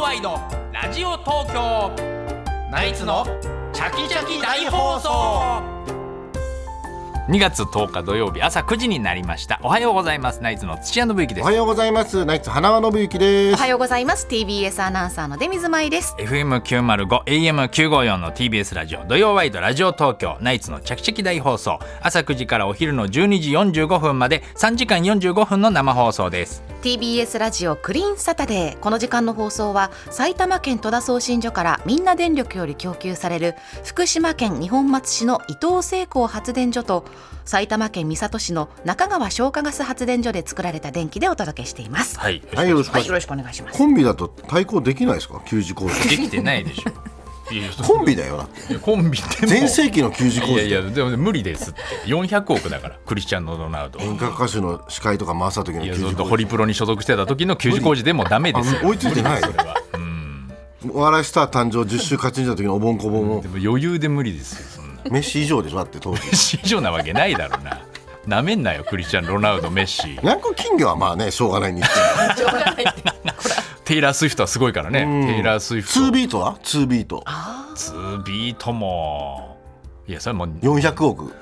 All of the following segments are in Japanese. ワイドラジオ東京ナイツのチャキチャキ大放送2月10日土曜日朝9時になりましたおはようございますナイツの土屋信之でおすはようございます。ナイツ花輪信之でおすは。ようございます TBS アナウンサーの出水舞です FM905 AM954 の TBS ラジオ土曜ワイドラジオ東京ナイツのチャキチャキ大放送朝9時からお昼の12時45分まで3時間45分の生放送です TBS ラジオクリーンサタデーこの時間の放送は埼玉県戸田送信所からみんな電力より供給される福島県二本松市の伊東製鋼発電所と埼玉県三郷市の中川消化ガス発電所で作られた電気でお届けしていますははいはい、よろしくおい、願いします。よろしくお願いしますコンビだと対抗できないですか？給仕工事。 できてないでしょいやコンビだ よだって。いやコンビってもう全盛期の給仕工い事やだいよ。やでも無理ですって400億だからクリスチャン・のロナウド演歌歌手の司会とか回した時のいや給ず仕っと工ホ事。リプロに所属してた時の給仕工事でもダメですよあ追いついてない無理ですそれはうんお笑いスター誕生10週勝ち抜いた時のおぼんこぼんもでも余裕で無理ですよそんな 飯以上でしょだって当時。市場なわけないだろうななめんなよクリスチャン・ロナウドメッシヤンコ金魚はまあねしょうがないにしても。テイラー・スウィフトはすごいからね テイラー・スウィフトツービートは？ツービート。ツービートもいやそれもう400億。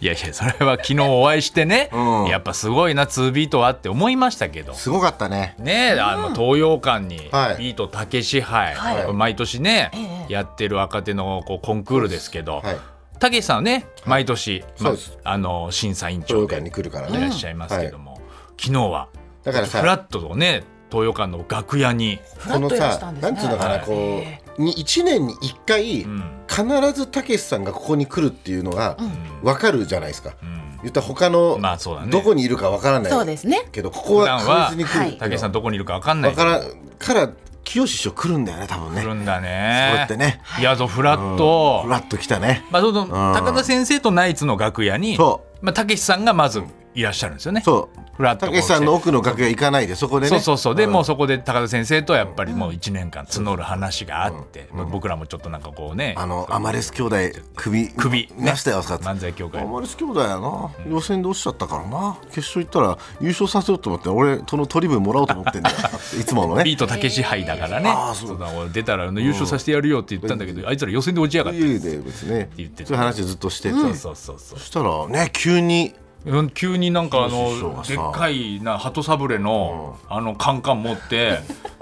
いやいやそれは昨日お会いしてね、うんやっぱすごいなツービートはって思いましたけどすごかったね。ねえ、あの東洋館に、はいビートたけし杯、はい毎年ね、ええやってる若手のこうコンクールですけどはい。たけしさんはね毎年、そまうですあの審査委員東長洋で館に来るからいらねっ。しゃいますけども、昨日はだからフさ。ラットをね東洋館の楽屋に、このフラットいらさし、たんですなねんつうのかな、はいこう、に一年に一回、ん必ずたけしさんがここに来るっていうのが。わかるじゃないですか。うん、言ったら他の、まあそうだねどこにいるかわからない。そうですねけど、ここは確実に来るっていうの。たけしさんどこにいるか分かんないわけどからん、から、清志師匠来るんだよね、多分ね。来そるうんだやねってね、いやそうフラット、ふらっと来たね。まあ、そのん高田先生とナイツの楽屋にそまあたけしさんがまずいらっしゃるんですよねそう。フラットたこうけしさんの奥の楽屋行かないで、そこでね。そうそうそうで、んもうそこで高田先生とやっぱりもう1年間募る話があって、まあ僕らもちょっとなんかこうねあの、アマレス兄弟、首。首見ましたよ、さ。漫才協ア会マレス兄弟やな予選で落ちちゃったからな決勝行ったら優勝させようと思って俺その取り分もらおうと思ってんだよ いつものビーねトたけし杯だからね、あーそうそうだ俺出たらあの優勝させてやるよって言ったんだけど、あいつら予選で落ちやがそうっいうで別にね言ってたそういう話ずっとしてて、た、そそうそうそうしたらね急にうん急になんかあ師匠のがさでっかいな鳩サブレーの、あのカンカン持 って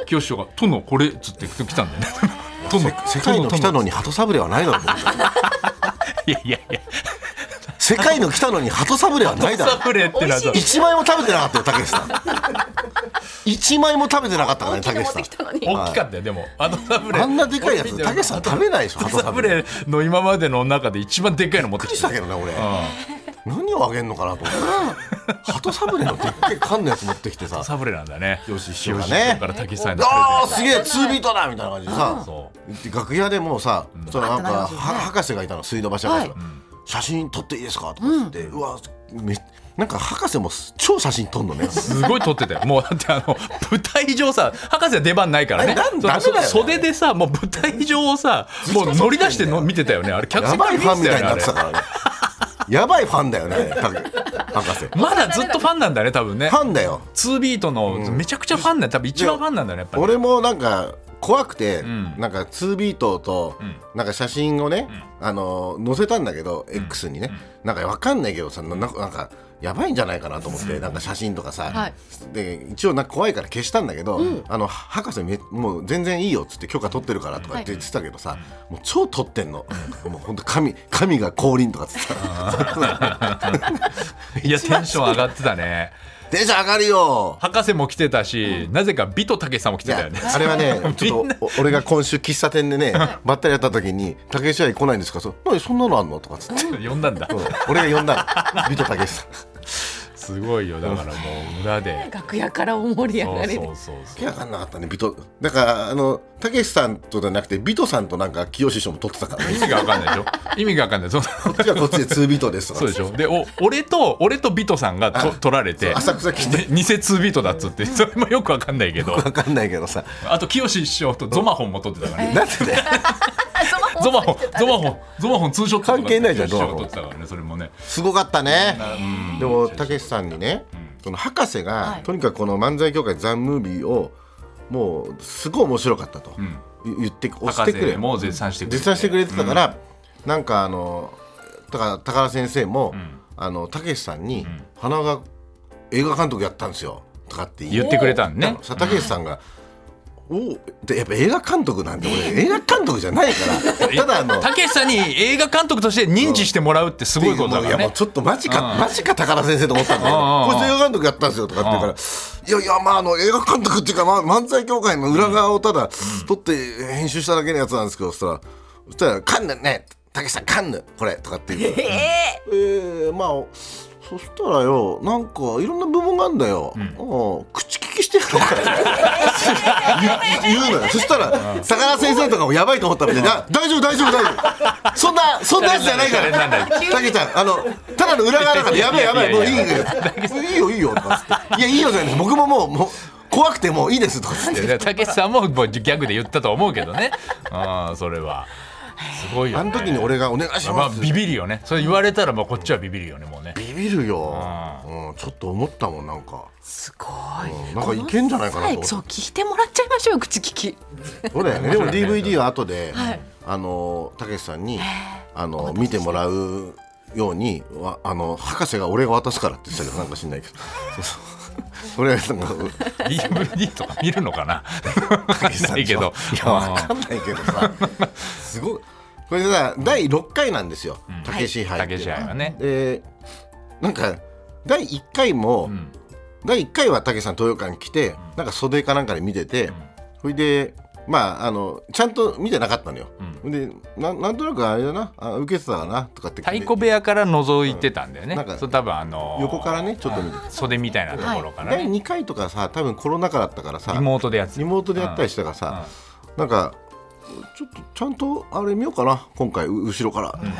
清志師匠が「殿これ」っつって来たんだよね「殿世界の来たのに鳩サブレーはないだろうと思ったいやいやいや世界の来たのに鳩サブレーはないだろサブレーってのはさ一枚も食べてなかったよたけし さん一枚も食べてなかったからねたけしさん大きかったよでも鳩サブレーあんなでかいやつたけしさん食べないでしょ鳩鳩ササブブレーびっレーの今までの中で一番でっかいの持ってくりきしたたけどね俺う何をあげんのかなと思って鳩サブレーのでっかい缶のやつ持ってきてさんサブレーなんだねよし師匠が吉井ね君から竹さんにああすげえツービートだみたいな感じでさそ楽屋でもうさ、そしたらなんかは博士がいたの水道橋博士が、はい写真撮っていいですかとか言って、うわめなんか博士も超写真撮んのねすごい撮ってたよもうだってあの舞台上さ博士は出番ないからねあれなんそダメだよねそ袖でさもう舞台上を さもう乗り出しての見てたよねあれ客や席ばいファンみたいになあっれてたからねやばいファンだよね多分博士フまだずっとファンなんだね多分ねァンだよ2ビートのめちゃくちゃファンだよ多分一番ファンなんだねやっぱり俺もなんか怖くて、んなんか2ビートとなんか写真をね、あの載せたんだけど、X にね、なんかわかんないけどさななんかなんかやばいんじゃないかなと思って、なんか写真とかさ、はいで一応なんか怖いから消したんだけど、あの博士めもう全然いいよっつって許可取ってるからとかって言ってたけどさ、もう超取ってんの、もう本当神神が降臨とかっつって さいやテンション上がってたねテンション上がるよ博士も来てたしなぜかビトたけしさんも来いてたやよねあれはね ちょっとお俺が今週喫茶店でねばったり会った時に「竹内は来ないんですか?」そう「何そんなのあんの?」とかっつって 呼んだんだうん俺が呼んだのビト竹内さんすごいよだからもう裏で楽屋からお盛り上そがうりそうそうそう気が分かんなかったねビトだからあの竹内さんとじゃなくてビトさんとなんか清志師匠も撮ってたからね意味が分かんないでしょ意味が分かんないそうこっちはこっちで2ビートですとかそうでしょでお俺と俺とビトさんがと取られて浅草来でて偽ツービートだっつってそれもよくわかんないけど分かんないけどさあと清志師匠とゾマホンも取ってたからねなんでだよゾマホンゾマホンゾマホンツーショットとか関係ないじゃん清志師匠が取ってたからねそれもねすごかったね。でもたけしさんにね、その博士が、とにかくこの漫才協会ザムービーをもうすごい面白かったと、んい言って押し博てくれ士も絶賛してくれて絶賛してくれてたから、なんかあのだから高田先生も、あのたけしさんに、花が映画監督やったんですよとかって言ってくれたんねさたけしさんが、おでやっぱ映画監督なんで俺映画監督じゃない からただあのたけしさんに映画監督として認知してもらうってすごいことだいかやらもうねちょっとマジか、マジか高田先生と思ったんだけど、うんうんうんこいつ映画監督やったんですよとかって言うから、いやいやまああの映画監督っていうか、まあ、漫才協会の裏側をただ撮って編集しただけのやつなんですけど、そしたらそしたら「カンヌねたけしさんカンヌこれ」とかって言う からえーまあそしたらよなんかいろんな部門があんだよ、うん口利きしてやろうか言う言うのよそしたら高田先生とかもやばいと思ったみたいであ大丈夫大丈夫大丈夫そんなそんなやつじゃないからなんだよ たけちゃん、あの、ただの裏側だから、やばいやばい、もういいよ。もういいよ、いいよ、とかっつって。いや、いいよじゃないです。僕ももう、もう、怖くてもういいです、とかっつって。でたけしさんももうギャグで言ったと思うけどねあーそれはすごいよ、ね、あの時に俺がお願いしままあす。ビビるよねそれ言われたらまあこっちはビビるよねもうねビビるよ。うん、ちょっと思ったもん、なんか。すごい、うんなんかいけんじゃないかなと思こっの際てそう聞いてもらっちゃいましょう口利きそうだよね。でも DVD は後ではい、あの、たけしさんに、あの、見てもらうように、わあの、博士が俺が渡すからって言ってたけど、なんか知んないけ ど。そうそう俺はなんか DVD とか見るのかなたけしさんでしょわかんないけどいやわかんないけどさすごいこれさ第6回なんですよたけし杯たっけていうしのは愛はねでなんか第1回も、ん第1回はたけしさん東洋館来て、なんか袖かなんかで見てて、それでまああのちゃんと見てなかったのよ、ほん、でななんとなくあれだなあ受けてたかなとかって太鼓部屋から覗いてたんだよね、うんなんかそう多分あのー横からねちょっと見てうん袖みたいなところから第ね、 2回とかさ多分コロナ禍だったからさリモートでやつリモートでやったりしたからさ、なんかちょっとちゃんとあれ見ようかな今回う後ろからとかつって、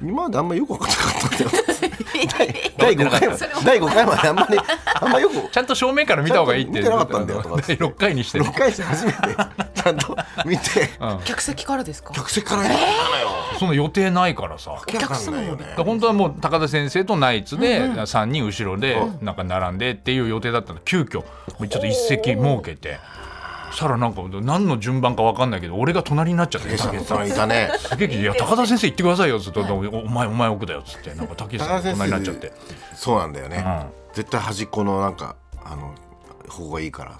今まであんまよく分かんなかったんだよ 第5回まで第5回まであん まりあんまよくちゃんと正面から見た方がいいってちゃんと見てなかったんだよとか第6回にしてね6回して初めてちゃんと見て客席からですか客席からやったのよその予定ないからさわけわかんないよねだから本当はもう高田先生とナイツで3人後ろでなんか並んでっていう予定だったの急遽もうちょっと一席設けてそしたらなんか何の順番か分かんないけど俺が隣になっちゃって竹竹下内さんさんいたねすげえ聞いていや高田先生行ってくださいよ」っつって「おお前お前奥だよ」っつってなんか竹内さんが隣になっちゃってそうなんだよね、うん絶対端っこのなんかあの方がいいから、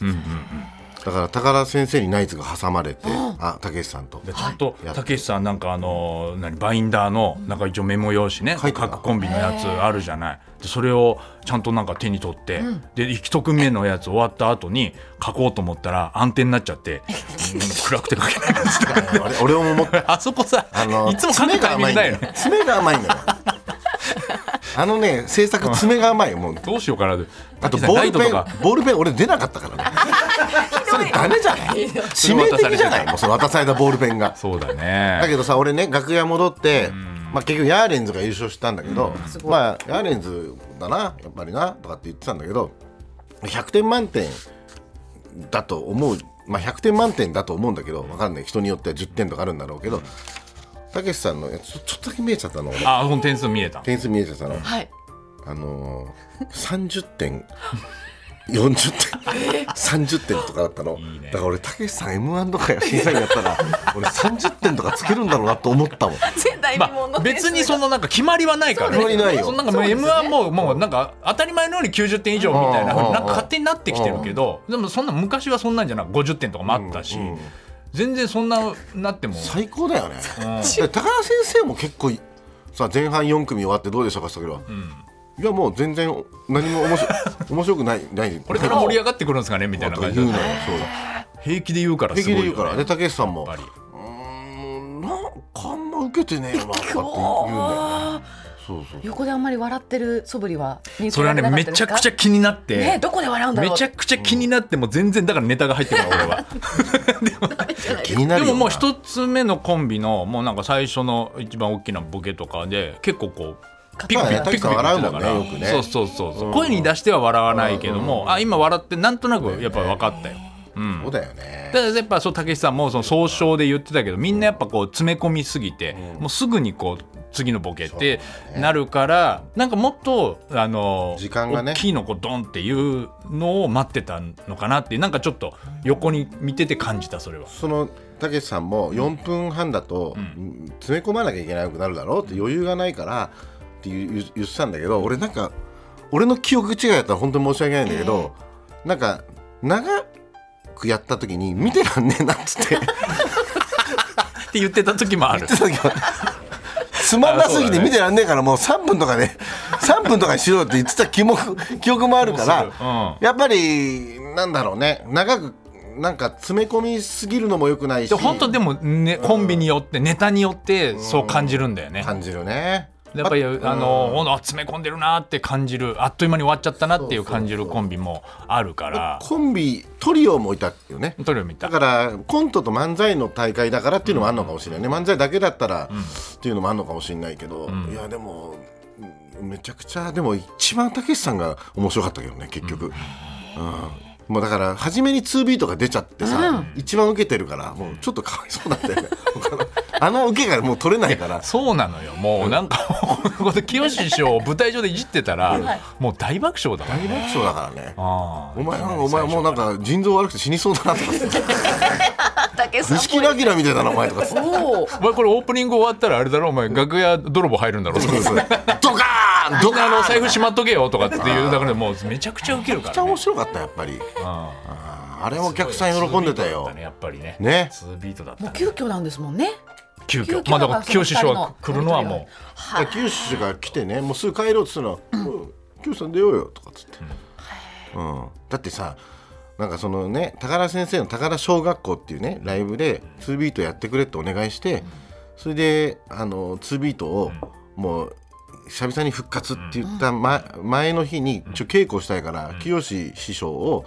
だから高田先生にナイツが挟まれて、あたけしさんとでちゃんとはいたけしさんなんかあの何バインダーのなんか一応メモ用紙ね書いてた各コンビのやつあるじゃないでそれをちゃんとなんか手に取って、で一組目のやつ終わった後に書こうと思ったら暗転になっちゃって、うん暗くて書けないあれ俺も持っ てあそこさ、あのいつも書くタイミングだよね爪が甘いんだよ。あのね制作爪が甘いよもう。どうしようかなってあとたけしさんボラールペイトとンかボールペン俺出なかったからね。それダメじ ゃない。致命的じゃないもうその渡されたボールペンが。そうだだねけどさ俺ね楽屋戻って、まあ、結局ヤーレンズが優勝したんだけど、まあ、ヤーレンズだなやっぱりなとかって言ってたんだけど100点満点だと思う、まあ、100点満点だと思うんだけど分かんない人によっては10点とかあるんだろうけどたけしさんのやつちょちょっとだけ見えちゃったの俺あこの点数見えた点数見えちゃったの、 はいあのー、30点。40点30点とかだったのいいねだから俺たけしさん m 1とか審査員やったら俺30点とかつけるんだろうなと思ったもん前代ま未聞あ、の別にそのなんか決まりはないからね。そうですね決まりないよそのなんかもう M1 ももうなんか当たり前のように90点以上みたいなうんなんか勝手になってきてるけど、でもそんな昔はそんなんじゃなく50点とかもあったし、全然そんななっても。最高だよね、で高田先生も結構いさ前半4組終わってどうでしたかしたけど、いやもう全然何も面白 面白くないないこれから盛り上がってくるんですかねみたいなと感かじ言うでのよそうだ平気で言うからす平ごい気よ、でね、言うからでたけしさんもやっぱりうーんなんかあんま受けてねえよなとかって言うんだよねそうそう横であんまり笑ってる素振りは見それはねめちゃくちゃ気になって、ねどこで笑うんだろめうちゃくちゃ気になってもう全然だからネタが入ってこない俺は。気になるでよももうな一つ目のコンビのもうなんか最初の一番大きなボケとかで結構こうピクピまあクピクピク笑うだもんかねら、よくねそうそうそうそう、声に出しては笑わないけども、あ今笑ってなんとなくやっぱ分かったよ。そうだよねただやっぱそうたけしさんもその総称で言ってたけどみんなやっぱこう詰め込みすぎて、もうすぐにこう次のボケってなるから、なんかもっとあの時間がね大きいのこうドンっていうのを待ってたのかなってなんかちょっと横に見てて感じたそれは。そのたけしさんも4分半だとうん詰め込まなきゃいけなくなるだろうって余裕がないからって言う言ってたんだけど俺なんか俺の記憶違いだったら本当に申し訳ないんだけど、なんか長くやった時に見てらんねえなっつって って言ってた時もある。つまんなすぎて見てらんねえからもう3分とかで、3分とかにしろって言ってた記憶記憶もあるから、うんやっぱりなんだろうね長くなんか詰め込みすぎるのもよくないしで本当でも、ね、コンビによってネタによってそう感じるんだよね。感じるね。やっぱりあうんの、あ詰め込んでるなって感じるあっという間に終わっちゃったなっていう感じるコンビもあるからコンビトリオもいたよねトリオ見ただからコントと漫才の大会だからっていうのもあるのかもしれないね、漫才だけだったらっていうのもあるのかもしれないけど、いやでもうんめちゃくちゃでも一番たけしさんが面白かったけどね結局、うんもうだから初めに2ビートが出ちゃってさ、一番受けてるからもうちょっとかわいそうだったよねあの受けがもう取れないからそうなのよもうなんかこ の清志師匠を舞台上でいじってたらもう大爆笑だから大爆笑だからねあお前なんかお前もうなんか腎臓悪くて死にそうだなとか竹さんっぽ錦いラキラみたいだなお前とかそうおおーお前これオープニング終わったらあれだろお前楽屋泥棒入るんだろそうそうドカーンドカーあンの財布しまっとけよとかっていうだからもうめちゃくちゃウケるめちゃかくちゃら、ね面、白かったやっぱりうあーあれはお客さん喜んでたよツービートだったねやっぱりねねツービートだった、もうね、急遽なんですもんね急急遽遽まあだからだから清志師匠その二人がの来るのはもうはい九州が来てねもうすぐ帰ろうっつったら「うん九州さん出ようよ」とかっつって、うん、だってさなんかそのね高田先生の高田小学校っていうねライブで2ビートやってくれってお願いしてそれであの2ビートをもう久々に復活って言った前前の日にちょ稽古したいから清志師匠を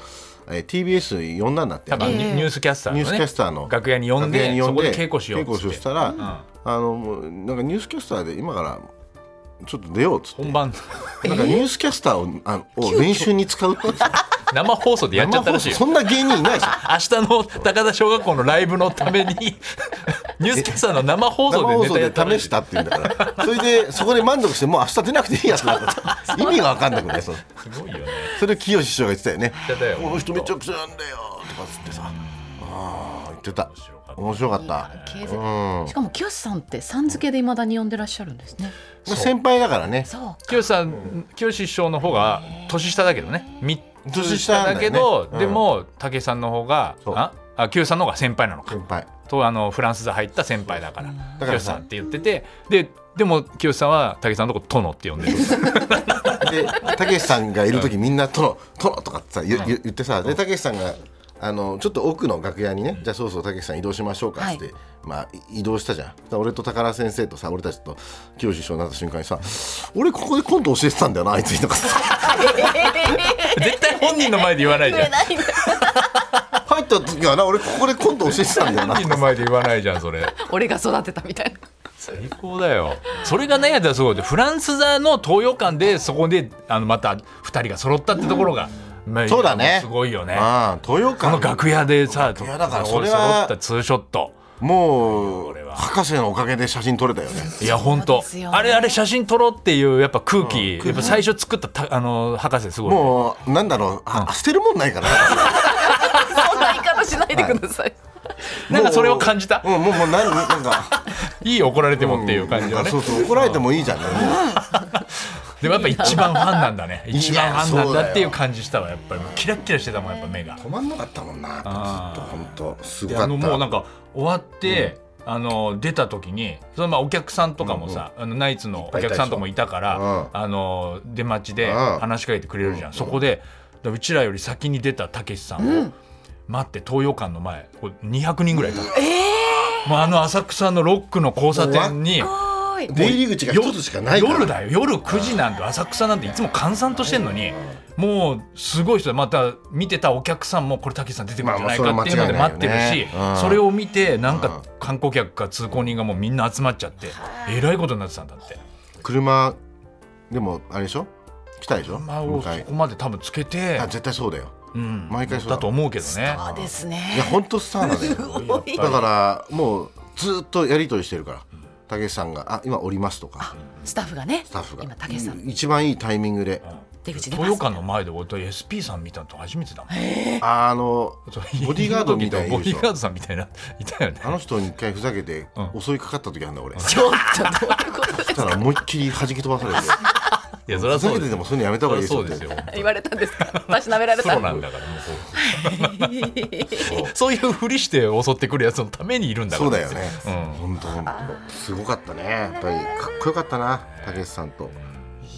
えー TBS 呼んだんだって多分ニュええニュースキャスターの、ね、ニュースキャスターの楽屋に呼んで楽屋に呼そんでこで稽古しようっつって稽古したら、んあのもうなんかニュースキャスターで今からちょっと出ようっつって本番 なんかニュースキャスターをあのを練習に使うって言ってた生放送でやっちゃったらしいよそんな芸人いない じゃん明日の高田小学校のライブのため にニュースキャスターの生放生送で放ネタやっ送でたら試ししいたって言うんだからそれでそこで満足してもう明日出なくていいやつだった意味が分かんなくてそすごいよねそれ清志師匠が言ってたよね言ってたよこの人めちゃくちゃなんだよとかつってさあー言ってた面白かった経済しかも清さんってさん付けでいまだに呼んでらっしゃるんですねまあ先輩だからねそう 清さん清志師匠の方が年下だけどねみ年年下下なんだだよねけど、うんでも武井さんの方がそうああ清さんの方が先輩なのか先輩とあのフランス座入った先輩だからだから清さんって言っててででも清さんは武井さんのとこ殿って呼んでるでたけしさんがいる時みんな「殿殿」とかってさ言言言ってさでたけしさんがあのちょっと奥の楽屋にね「じゃあそうそうたけしさん移動しましょうか」っつって、はいまあい移動したじゃんだから俺と高田先生とさ俺たちと清志師匠になった瞬間にさ「俺ここでコント教えてたんだよなあいつに」と かさ絶対本人の前で言わないじゃんないんだ入った時はな俺ここでコント教えてたんだよ な本人の前で言わないじゃんそれ俺が育てたみたいな最高だよそれがねやったらすごいフランス座の東洋館でそこであのまた2人が揃ったってところが、まあそうだねすごいよねああ東洋この館楽屋でさ楽屋だからそこでそれは揃ったツーショットもう俺は博士のおかげで写真撮れたよねいや本そう当、ですよねあれあれ写真撮ろうっていうやっぱ空気、やっぱ最初作ったたあの博士すごいね、もうなんだろうあ捨てるもんないからそんな言い方しないでください、 なんかそれを感じたうんもうもうなんなんかいいよ怒られてもっていう感じはね、そうそう怒られてもいいじゃんねもうでもやっぱ一番ファンなんだね 一番ファンなんだっていう感じしたわやっぱりキラッキラしてたもんやっぱ目が止まんなかったもんなずっと本当すごでかあったのもうなんか終わって、あの出た時にそのまあお客さんとかもさ、あのナイツのお客さんとかもいたからあの出待ちでうん話しかけてくれるじゃん、そこでだうちらより先に出たたけしさんを待って東洋館の前こう200人ぐらいいた、もうあの浅草のロックの交差点に。おーい出入り口が一つしかないから夜だよ夜9時なんて浅草なんていつも閑散としてんのにもうすごい人だまた見てたお客さんもこれ武さん出てくるんじゃないかっていうのでまあまあ待ってるそれは間違いないしよねうんそれを見てなんか観光客か通行人がもうみんな集まっちゃってえらいことになってたんだって車でもあれでしょ来たでしょまあそ迎えこまで多分つけてあ絶対そうだようん毎回そうだと思うけどねあですいやね本当スターなんだよやっぱりだからもうずっとやり取りしてるからたけしさんが「あ今降ります」とかスタッフがねスタッフが今武さんい一番いいタイミングで出口出ます豊川の前で俺と SP さん見たのと初めてだもんあのそうボディーガードみたい なボディーガードさんみたいないたよねあの人に一回ふざけてう襲いかかった時あんだ俺、そちょっとどういうことですしたら思いっきり弾き飛ばされていやそりふゃざそうけですててよもそういうのやめた方がいいですそようですよか言われたんですか 私舐められそたうなんだからもうそうそうそういうふりして襲ってくるやつのためにいるんだかそらうだよね、うん本当本当すごかったねやっぱりかっこよかったなたけしさんと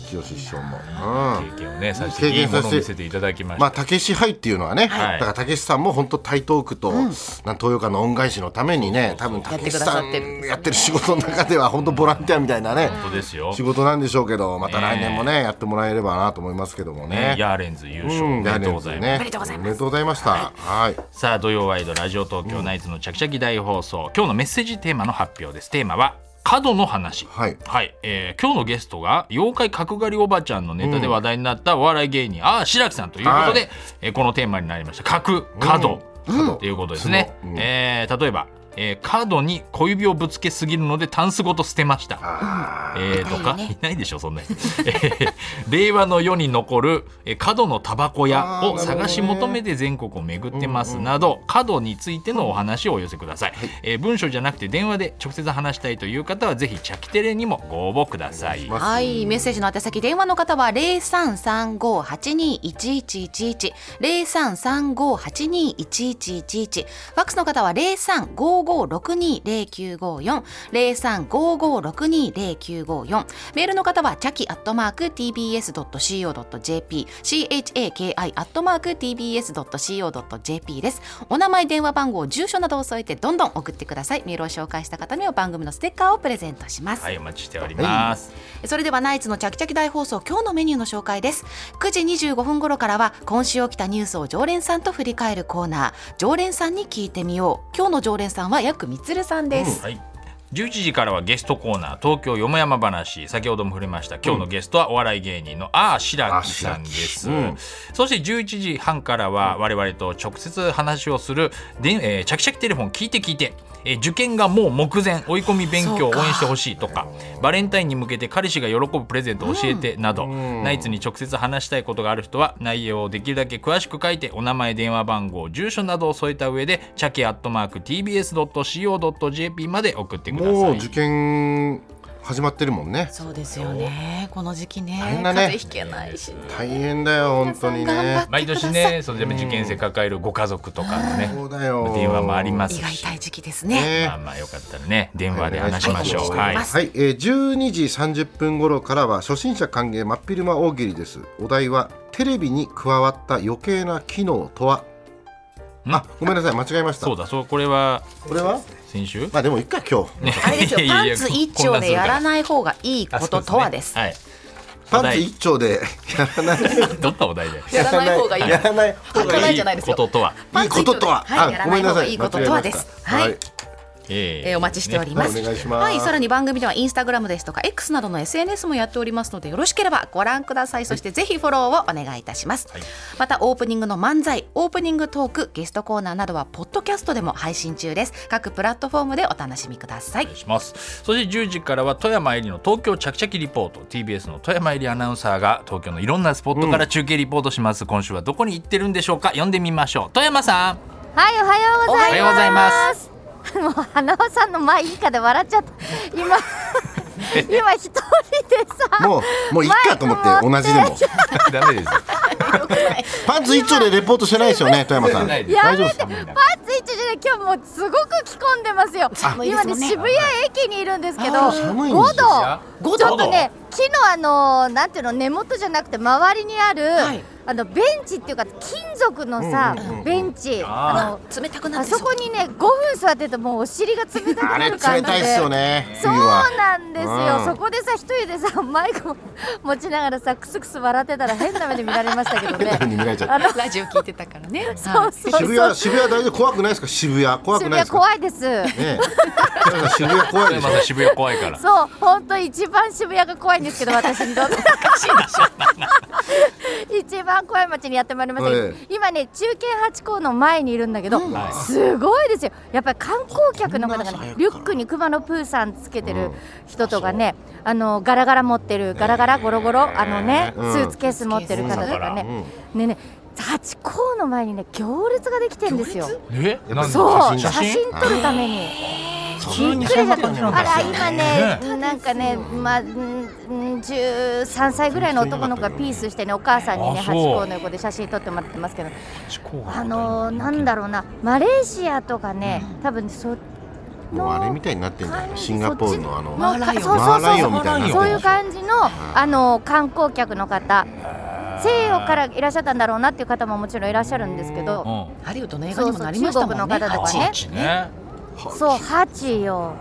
清志師匠も、うん、経験をねさせていいものを見せていただきましたまあたけし杯っていうのはね、はいだからたけしさんも本当台東区と、なん東洋館の恩返しのためにね多分たけしさんやってくださってるんですやってる仕事の中では本当ボランティアみたいなね本当ですよ仕事なんでしょうけどまた来年もねやってもらえればなと思いますけどもね。ヤーレンズ優う勝おんめでとうございますねおめでとうございますおめでとうございました。はい。さあ土曜ワイドラジオ東京ナイツのちゃきちゃき大放送、今日のメッセージテーマの発表ですテーマは角の話はいえー今日のゲストが妖怪角刈りおばちゃんのネタで話題になったお笑い芸人、ああ白木さんということで、はえーこのテーマになりました角角、ということですね、角うんえー例えば、えー角に小指をぶつけすぎるのでタンスごと捨てましたあーえー、とか、 いないよいないでしょそんな人、えー令和の世に残る、えー角のタバコ屋をあーなるほどね探し求めて全国を巡ってますなど、角についてのお話をお寄せください、えー文章じゃなくて電話で直接話したいという方はぜひチャキテレにもご応募くださいまはい、メッセージの宛先電話の方は零三三五八二一一一一零三三五八二一一一一ファックスの方は零三五五六二零九五四零三五五六二零九五四メールの方はチャキアットマーク tbs ドット co ドット jp c h a k i アットマーク tbs ドット co ドット jp です。お名前、電話番号、住所などを添えてどんどん送ってください。メールを紹介した方には番組のステッカーをプレゼントします。はいお待ちしております、それではナイツのチャキチャキ大放送今日のメニューの紹介です9時25分頃からは今週起きたニュースを常連さんと振り返るコーナー常連さんに聞いてみよう今日の常連さんはヤクミツルさんです、はい11時からはゲストコーナー東京よもやま話先ほども触れました今日のゲストはお笑い芸人のあー白木さんです、あー白そして11時半からは我々と直接話をするで、えー、チャキチャキテレフォン聞いて聞いて、えー受験がもう目前追い込み勉強を応援してほしいとかバレンタインに向けて彼氏が喜ぶプレゼントを教えてなど、ナイツに直接話したいことがある人は内容をできるだけ詳しく書いてお名前電話番号住所などを添えた上でチャキアットマーク TBS.CO.JP まで送ってください。もう受験始まってるもんね。そうですよねこの時期ね大変だね風邪ひけないし大変だよ本当に皆さん頑張っねて。毎年ね、それでも受験生抱えるご家族とかのね、そうだよ。電話もあります胃がし痛、い時期ですねまあまあよかったらね、電話で話しましょう。ははいい、お願いしまはい、えー、12時30分頃からは初心者歓迎真っ昼間大喜利ですお題はテレビに加わった余計な機能とはあごめんなさい間違えましたそうだ、そう、これはこれは先週。まあでもいっか今日あれですよいやパいやンツ一丁でやらない方がいいあこととはですそうねパンツ一丁でやらないはい、どんなお題で。やらない方がいいやらない方やらがないいいじゃないですよこととは。いパンいツこ一丁ととは、はい、あやらごめなんいなさ方がいいいこととはです間違えましたはいええーお待ちしております。ます。お願いしますはい、さらに番組ではインスタグラムですとか X などの SNS もやっておりますのでよろしければご覧ください。そしてぜひフォローをお願いいたします。はいまたオープニングの漫才、オープニングトーク、ゲストコーナーなどはポッドキャストでも配信中です。各プラットフォームでお楽しみくださいお願。いしますそして10時からは富山えりの東京ちゃきちゃきリポート TBS の富山えりアナウンサーが東京のいろんなスポットから中継リポートします、今週はどこに行ってるんでしょうか読んでみましょう富山さんはい、おはようおございます。はようございます。もう花輪さんの前いいかで笑っちゃった。 今今一人でさ、もうもういっかと思って同じ でもダメですよ。パンツ一丁でレポートしてないですよね富山さ んない大です丈夫ですかパンツ一時で今日もうすごく着込んでますよ。寒いで今すねもんね渋谷駅にいるんですけど、あー寒いん5度ですよ五ちょ度っとね木のあのなんていうの根元じゃなくて周りにある、はいあのベンチっていうか金属のさ、うんうんうんベンチああ冷たくのなっあてそそうこにね5分座っててもうお尻が冷たあくれな冷る感じで。たいっすよねそう冬はなんですうんよ、そこでさ、一人でさ、マイクを持ちながらさ、くすくす笑ってたら、変な目で見られましたけど ね。見られちゃった あのラジオ聞いてたからね。そうそうそう渋谷渋谷大丈夫怖くないですか渋谷怖く渋ないで谷すか怖いです。ねえ富山さん渋谷怖い富でし山ょさん渋谷怖いからそう、本当一番渋谷が怖いんですけど、私にとって。一番怖い町にやってまいりましたけど、ええ今ね中堅八高の前にいるんだけど、はいすごいですよやっぱり観光客の方こんな朝が早くねからリュックに熊のプーさんつけてうるん人とかね、あのガラガラ持ってるガラガラゴロゴロ、あのね、うんスーツケース持ってる方とかうね、んねえねえ八高の前にね行列ができてるんですよえなんでそう写写真真撮るために。そ普通んになびっくりしちゃったそんなことあらない今ねねなんかねまあ十三歳ぐらいの男の子がピースしてねお母さんにねあ八そう甲の横で写真撮ってもらってますけどあのーなんだろろうなマレーシアとかね多分そもうあれみたいになってんじゃないシンガポールのあのマーライオンそうマそーうライオンそみたいになっうそてるういでうしょ感じのあのー観光客の方西洋からいらっしゃったんだろうなっていう方ももちろんいらっしゃるんですけどう、ハリウッドの映画にもなりましたもんねそうそう中国の方とかねあっちねそう、八よ。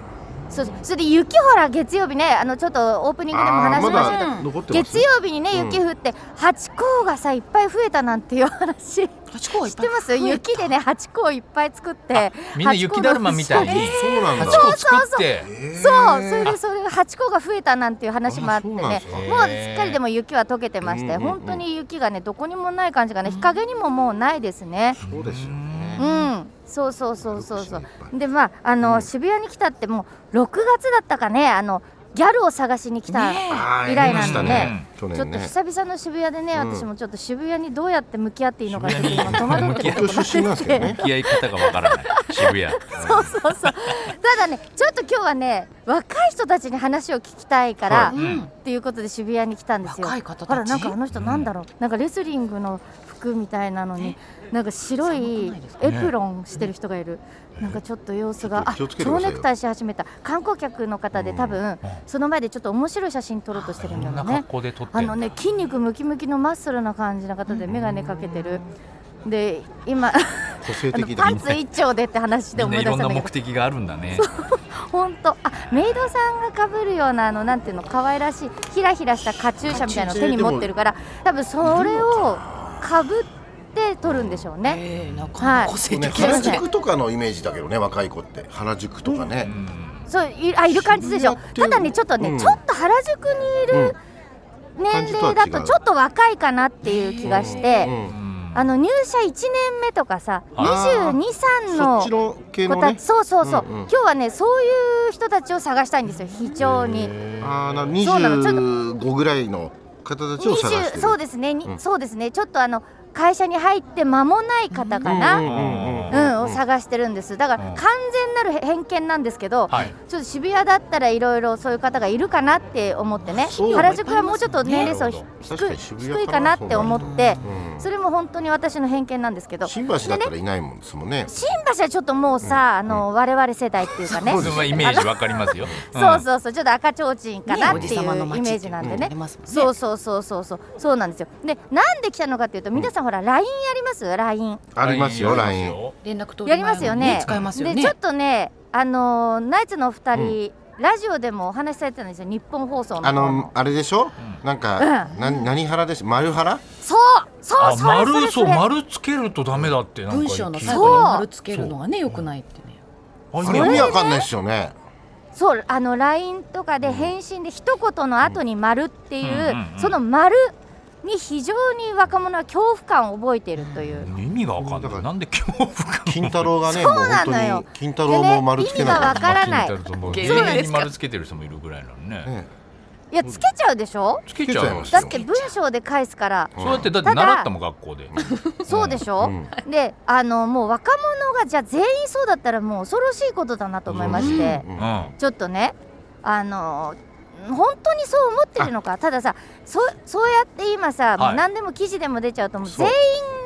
そう、それで雪ほら月曜日ね、あのちょっとオープニングでもあ話ーしまましたけど。だ残ってます月曜日にね、うん雪降って、八甲がさ、いっぱい増えたなんていう話。知っ八甲はいってます。雪でね、八甲いっぱい作って。みんな雪だるまみたい八甲にそうなんだ八個作っての。そう、それで、それで八甲が増えたなんていう話もあってね。あもそうすうなんですかっかりでも雪は溶けてましうて、んうんうん本当に雪がね、どこにもない感じがね、日陰にももうないですね。そうですよねうん、そうそうそうそうそようく心。配でまああの、渋谷に来たってもう6月だったかねあのギャルを探しに来た、ねあー以来やりまなしんたでねね去ちょ年っとね久々の渋谷でね、うん私もちょっと渋谷にどうやって向き合っていいのかちょっと渋谷今に 戸惑ってるところ東出身なんですけどね向き合い方がわからな い渋谷そうそうそうただねちょっと今日はね若い人たちに話を聞きたいから、はいううんんっていうことで渋谷に来たんですよ。若い方たちほらなんかあの人なんだろう、なんかレスリングの服みたいなのになんか白いエプロンしてる人がいる。なんかちょっと様子があちょっと気をつけてくださいよ蝶ネクタイし始めた観光客の方で多分、その前でちょっと面白い写真撮ろうとしてるこんだんろなうね格。好で撮ってあんだのね筋肉ムキムキのマッスルな感じの方で眼鏡かけてる。で今あ個性の的だパンツ一丁でって話でみんな思いい出ろしんたなんだけ目ど的があるんだね本当あメイドさんがかぶるようなあのなんていうの可愛らしいひらひらしたカチューシャみたいなのを手に持ってるから多分それをかぶって取るんでしょうね。ええなんか個性ね的はいで原すね宿とかのイメージだけどね若い子って原宿とかねそういあいる感じでしょ渋谷ってただねちょっとね、うんちょっと原宿にいる年齢だ感じとは違うとちょっと若いかなっていう気がして、うんあの入社1年目とかさあー22、そっ3のちの系子のたちねそうそうそう、うんうん今日はねそういう人たちを探したいんですよ非常に。あーなそうなのちょっと25ぐらいの方たちを探して20るそうですね、にうんそうですねちょっとあの会社に入って間もない方かな、ううんんうんうんを探してるんですだからうん完全なるへ偏見なんですけど、はいちょっと渋谷だったらいろいろそういう方がいるかなって思ってねそう原宿はもうちょっと年齢層なるほど確低かいに渋谷かな低いかなって思ってうんそれも本当に私の偏見なんですけど新橋だったらいないもんですもんね新橋はちょっともうさ、あの我々世代っていうかねそのイメージわかりますよそううそうそうちょっと赤ちょうちんかなっねていうイメおじさまの街っていうージなんでねありますもんねそうそうそうそうそうそうなんですよでなんで来たのかっていうと皆さんほら LINE やります LINE んありますよライン連絡取やりますよね使いますよでちょっねとねあのーナイツのお二人ラジオでもお話しされてたんですよ日本放送のあ方ののあれでしょなんかうな何原でし丸原そうそうあそうそ丸れそそうれ丸つけるとダメだってなんか文章の最あ後に丸つけるのがね良くないってねあ意れ味わかん意味ないわかんないですよねそうあの LINE とかで返信で一言の後に「丸っていう、うんうんうんその「丸に非常に若者は恐怖感を覚えているという、意味がわかんなだかいらなんで恐怖感金太郎がねもうなのよ本当に金太郎も丸つけでね意味がなわからないまあ金太郎とも芸そうなん人でにすか丸つけてる人もいるぐらいなのいねねいやつけちゃうでしょつけちゃいますだよって文章で返すからそうやってだって習ったもん学校で そうでしょ、 であのもう若者がじゃあ全員そうだったらもう恐ろしいことだなと思いまして、ううんんあちょっとねあの本当にそう思ってるのかたださそそうやって今さ、もうはい何でも記事でも出ちゃうともうそ全う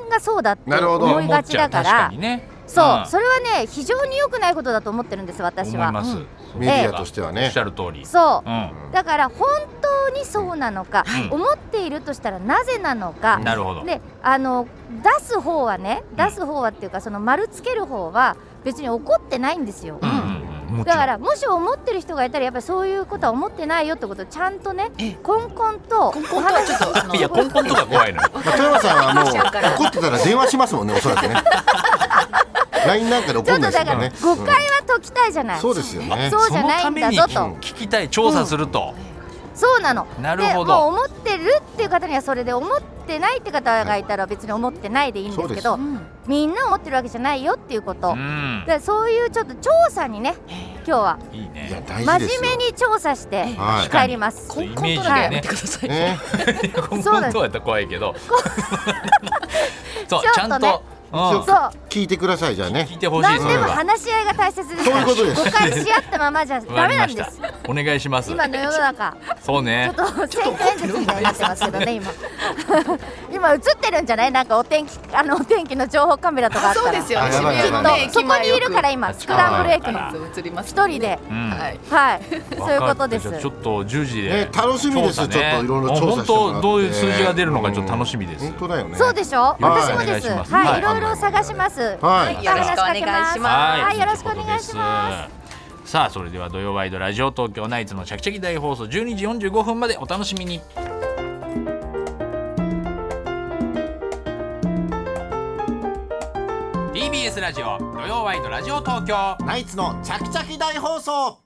員がそうだってなるほど思いがちだか思っちゃう確からにねそう、んそれはね非常に良くないことだと思ってるんです私思いまは。すメディアとしてはおっねしゃる通りそううんだから本当にそうなのか、うん思っているとしたらなぜなのか、なるほどであの出す方はね出す方はっていうかその丸つける方は別に怒ってないんですよ、うんうんうんもちだろかんらもし思ってる人がいたらやっぱりそういうことは思ってないよってことをちゃんとねええこんこんと根本とはちょっとあのいや根本とか怖いのよまあ富山さんはもう怒ってたら電話しますもんねおそらく ね LINE なんかでち怒ょっんなといですもだかんらね誤解は解きたいじゃない、そうですよねそうじゃないんだぞそのために聞きたい調査すると、そうなのなるほどでもう思ってるっていう方にはそれで思ってないって方がいたら別に思ってないでいいんですけどうんみんな思ってるわけじゃないよっていうこと、うんだからそういうちょっと調査にね今日はいいいやね大事真ですよ面目に調査してはい帰ります。こコインメコンージトでねライブやめてください、ね 本当そうなんやったら怖いけどそうちょっちとねゃんとうんそう聞いてくださいじゃあね聞いてほしい何そでれもは話し合いが大切ですそうかいうらことです誤解し合ったままじゃわダかメりなまんしでたすお願いします今の世の中そうちょねっと選挙演説みたいになってますけどね今 今映ってるんじゃないなんかお天気あのお天気の情報カメラとかああったらそうですよねあやばいやばい渋谷のきねっそこにいるから駅今あスクランブル駅前よのく映りまし一たね人でうんはいはいそういわうかことったですじゃあちょっと10時で、ね楽しみです調査ねちょっといろいろ調査してもらって本当どういう数字が出るのかちょっと楽しみです、本当だよねそうでしょい私もでお願いしすますははいいいろいろ探しますはいまた話しかけますよろしくお願いしますはいよろしくお願いしますさあそれでは土曜ワイドラジオ東京ナイツのチャキチャキ大放送12時45分までお楽しみに「TBS ラジオ土曜ワイドラジオ東京」ナイツのチャキチャキ大放送